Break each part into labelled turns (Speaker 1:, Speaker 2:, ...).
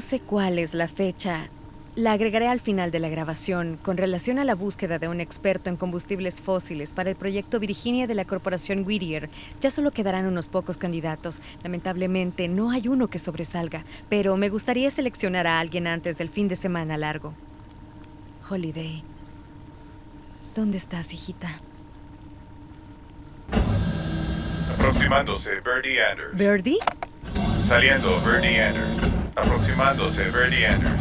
Speaker 1: sé cuál es la fecha. La agregaré al final de la grabación con relación a la búsqueda de un experto en combustibles fósiles para el proyecto Virginia de la corporación Whittier. Ya solo quedarán unos pocos candidatos. Lamentablemente no hay uno que sobresalga, pero me gustaría seleccionar a alguien antes del fin de semana largo. Holiday. ¿Dónde estás, hijita?
Speaker 2: Aproximándose, Bertie Anders.
Speaker 1: ¿Birdie?
Speaker 2: Saliendo, Bernie Anders. Aproximándose, Bernie Anders.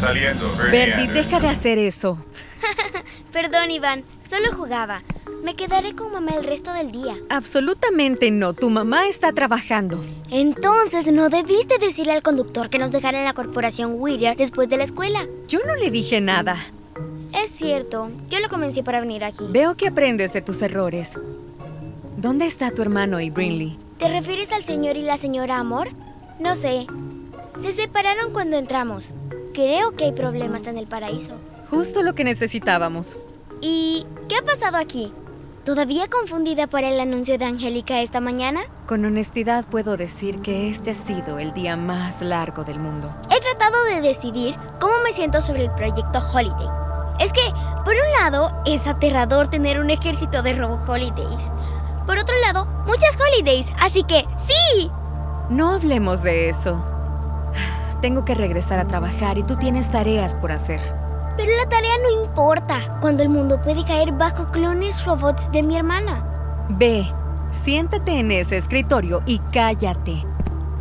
Speaker 2: Saliendo, Bernie
Speaker 1: Birdie,
Speaker 2: Anders.
Speaker 1: deja de hacer eso.
Speaker 3: Perdón, Iván, solo jugaba. Me quedaré con mamá el resto del día.
Speaker 1: Absolutamente no. Tu mamá está trabajando.
Speaker 3: Entonces, ¿no debiste decirle al conductor que nos dejara en la corporación Whittier después de la escuela?
Speaker 1: Yo no le dije nada.
Speaker 3: Es cierto, yo lo convencí para venir aquí.
Speaker 1: Veo que aprendes de tus errores. ¿Dónde está tu hermano y Brinley?
Speaker 3: ¿Te refieres al señor y la señora Amor? No sé. Se separaron cuando entramos. Creo que hay problemas en el paraíso.
Speaker 1: Justo lo que necesitábamos.
Speaker 3: ¿Y qué ha pasado aquí? ¿Todavía confundida por el anuncio de Angélica esta mañana?
Speaker 1: Con honestidad puedo decir que este ha sido el día más largo del mundo.
Speaker 3: He tratado de decidir cómo me siento sobre el proyecto Holiday. Es que, por un lado, es aterrador tener un ejército de robo holidays. Por otro lado, muchas holidays, así que sí.
Speaker 1: No hablemos de eso. Tengo que regresar a trabajar y tú tienes tareas por hacer.
Speaker 3: Pero la tarea no importa cuando el mundo puede caer bajo clones robots de mi hermana.
Speaker 1: Ve, siéntate en ese escritorio y cállate.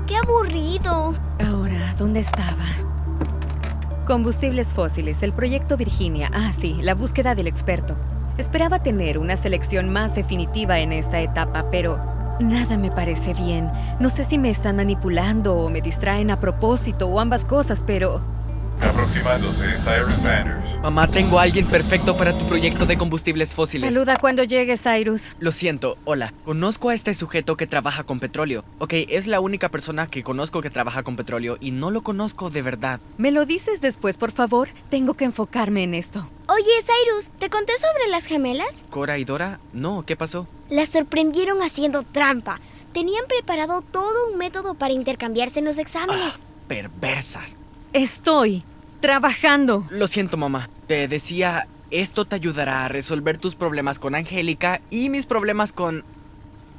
Speaker 3: ¡Qué aburrido!
Speaker 1: Ahora, ¿dónde estaba? Combustibles fósiles, el proyecto Virginia. Ah, sí, la búsqueda del experto. Esperaba tener una selección más definitiva en esta etapa, pero nada me parece bien. No sé si me están manipulando o me distraen a propósito o ambas cosas, pero...
Speaker 2: Aproximándose, Cyrus Anders.
Speaker 4: Mamá, tengo a alguien perfecto para tu proyecto de combustibles fósiles.
Speaker 1: Saluda cuando llegues, Cyrus.
Speaker 4: Lo siento, hola. Conozco a este sujeto que trabaja con petróleo. Ok, es la única persona que conozco que trabaja con petróleo y no lo conozco de verdad.
Speaker 1: ¿Me lo dices después, por favor? Tengo que enfocarme en esto.
Speaker 3: Oye, Cyrus, ¿te conté sobre las gemelas?
Speaker 4: ¿Cora y Dora? No, ¿qué pasó?
Speaker 3: Las sorprendieron haciendo trampa. Tenían preparado todo un método para intercambiarse en los exámenes.
Speaker 4: Ah, Perversas.
Speaker 1: Estoy trabajando.
Speaker 4: Lo siento, mamá. Te decía, esto te ayudará a resolver tus problemas con Angélica y mis problemas con...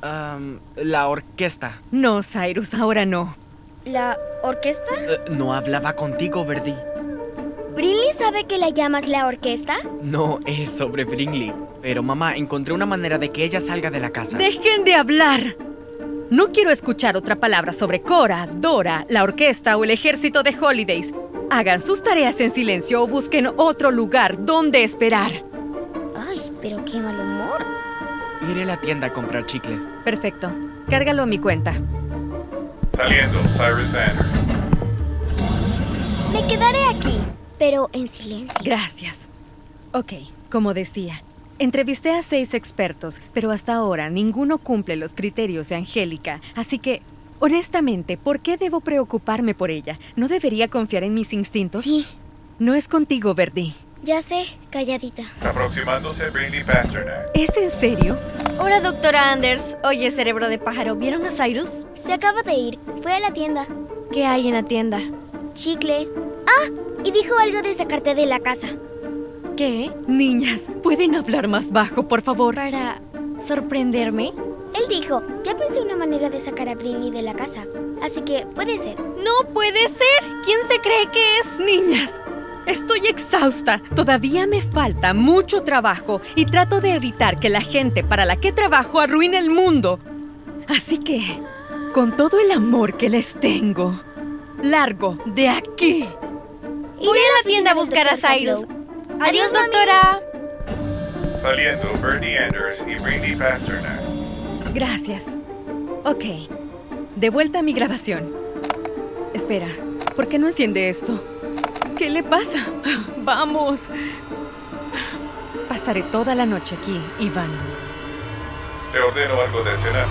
Speaker 4: am, la orquesta.
Speaker 1: No, Cyrus, ahora no.
Speaker 3: ¿La orquesta?
Speaker 4: Eh, no hablaba contigo, Verdi.
Speaker 3: ¿Brinley sabe que la llamas la orquesta?
Speaker 4: No es sobre Brinley. Pero mamá, encontré una manera de que ella salga de la casa.
Speaker 1: Dejen de hablar. No quiero escuchar otra palabra sobre Cora, Dora, la orquesta o el ejército de Holidays. Hagan sus tareas en silencio o busquen otro lugar donde esperar.
Speaker 3: Ay, pero qué mal humor.
Speaker 4: Iré a la tienda a comprar chicle.
Speaker 1: Perfecto. Cárgalo a mi cuenta.
Speaker 2: Saliendo, Cyrus Anders.
Speaker 3: Me quedaré aquí, pero en silencio.
Speaker 1: Gracias. Ok, como decía, entrevisté a seis expertos, pero hasta ahora ninguno cumple los criterios de Angélica, así que, honestamente, ¿por qué debo preocuparme por ella? ¿No debería confiar en mis instintos?
Speaker 3: Sí,
Speaker 1: No es contigo, Verdi.
Speaker 3: ya sé, calladita.
Speaker 2: Aproximándose, Brinley Pasternak.
Speaker 1: ¿Es en serio?
Speaker 5: Hola, doctora Anders. Oye, cerebro de pájaro, ¿vieron a Cyrus?
Speaker 3: Se acaba de ir, fue a la tienda.
Speaker 5: ¿Qué hay en la tienda?
Speaker 3: Chicle. Ah, y dijo algo de sacarte de la casa.
Speaker 1: ¿Qué? Niñas, ¿pueden hablar más bajo, por favor?
Speaker 5: Para sorprenderme.
Speaker 3: Él dijo, ya pensé una manera de sacar a Brinley de la casa, así que puede ser.
Speaker 5: No puede ser. ¿Quién se cree que es?
Speaker 1: Niñas, estoy exhausta. Todavía me falta mucho trabajo y trato de evitar que la gente para la que trabajo arruine el mundo. Así que, con todo el amor que les tengo, largo de aquí.
Speaker 5: Voy
Speaker 3: Iré
Speaker 5: a la tienda
Speaker 3: oficina
Speaker 5: a buscar a
Speaker 3: del Dr.
Speaker 5: Cyrus.
Speaker 3: Zaslow.
Speaker 5: Adiós,
Speaker 3: Adiós, mami.
Speaker 5: doctora.
Speaker 2: Saliendo, Bernie Anders y Brinley Pasternak.
Speaker 1: Gracias. Ok, de vuelta a mi grabación. Espera, ¿por qué no enciende esto? ¿Qué le pasa? Vamos. Pasaré toda la noche aquí, Iván.
Speaker 2: Te ordeno algo de cenar.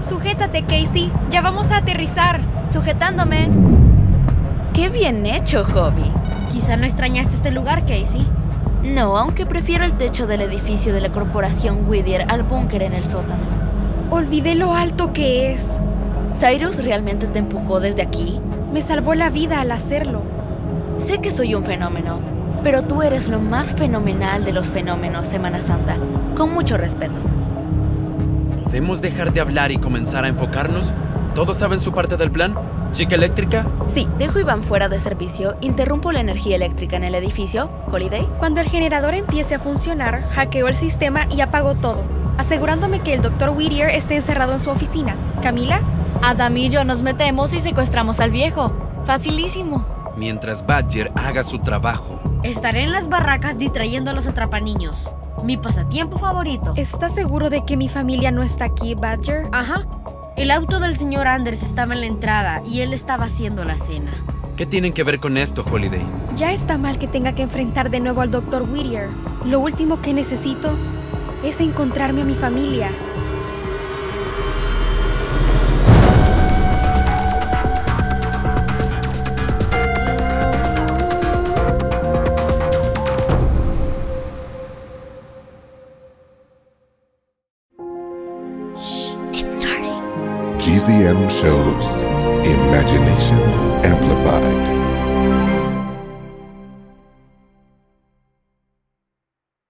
Speaker 5: Sujétate, Casey. Ya vamos a aterrizar. Sujetándome. Qué bien hecho, Hobby.
Speaker 6: Quizá no extrañaste este lugar, Casey. No, aunque prefiero el techo del edificio de la corporación Whittier al búnker en el sótano.
Speaker 5: Olvidé lo alto que es.
Speaker 6: ¿Cyrus realmente te empujó desde aquí?
Speaker 5: Me salvó la vida al hacerlo.
Speaker 6: Sé que soy un fenómeno, pero tú eres lo más fenomenal de los fenómenos, Semana Santa, con mucho respeto.
Speaker 7: ¿Podemos dejar de hablar y comenzar a enfocarnos? ¿Todos saben su parte del plan? ¿Chica eléctrica?
Speaker 6: Sí, dejo a Iván fuera de servicio, interrumpo la energía eléctrica en el edificio, Holiday,
Speaker 5: Cuando el generador empiece a funcionar, hackeó el sistema y apagó todo, asegurándome que el Dr. Whittier esté encerrado en su oficina. Camila,
Speaker 8: Adam y yo nos metemos y secuestramos al viejo. Facilísimo.
Speaker 7: Mientras Badger haga su trabajo.
Speaker 8: Estaré en las barracas distrayendo a los atrapaniños. Mi pasatiempo favorito.
Speaker 5: ¿estás seguro de que mi familia no está aquí, Badger?
Speaker 8: Ajá. El auto del señor Anders estaba en la entrada y él estaba haciendo la cena.
Speaker 7: ¿Qué tienen que ver con esto, Holiday?
Speaker 5: Ya está mal que tenga que enfrentar de nuevo al Dr. Whittier. Lo último que necesito es encontrarme a mi familia.
Speaker 9: GZM shows Imagination Amplified.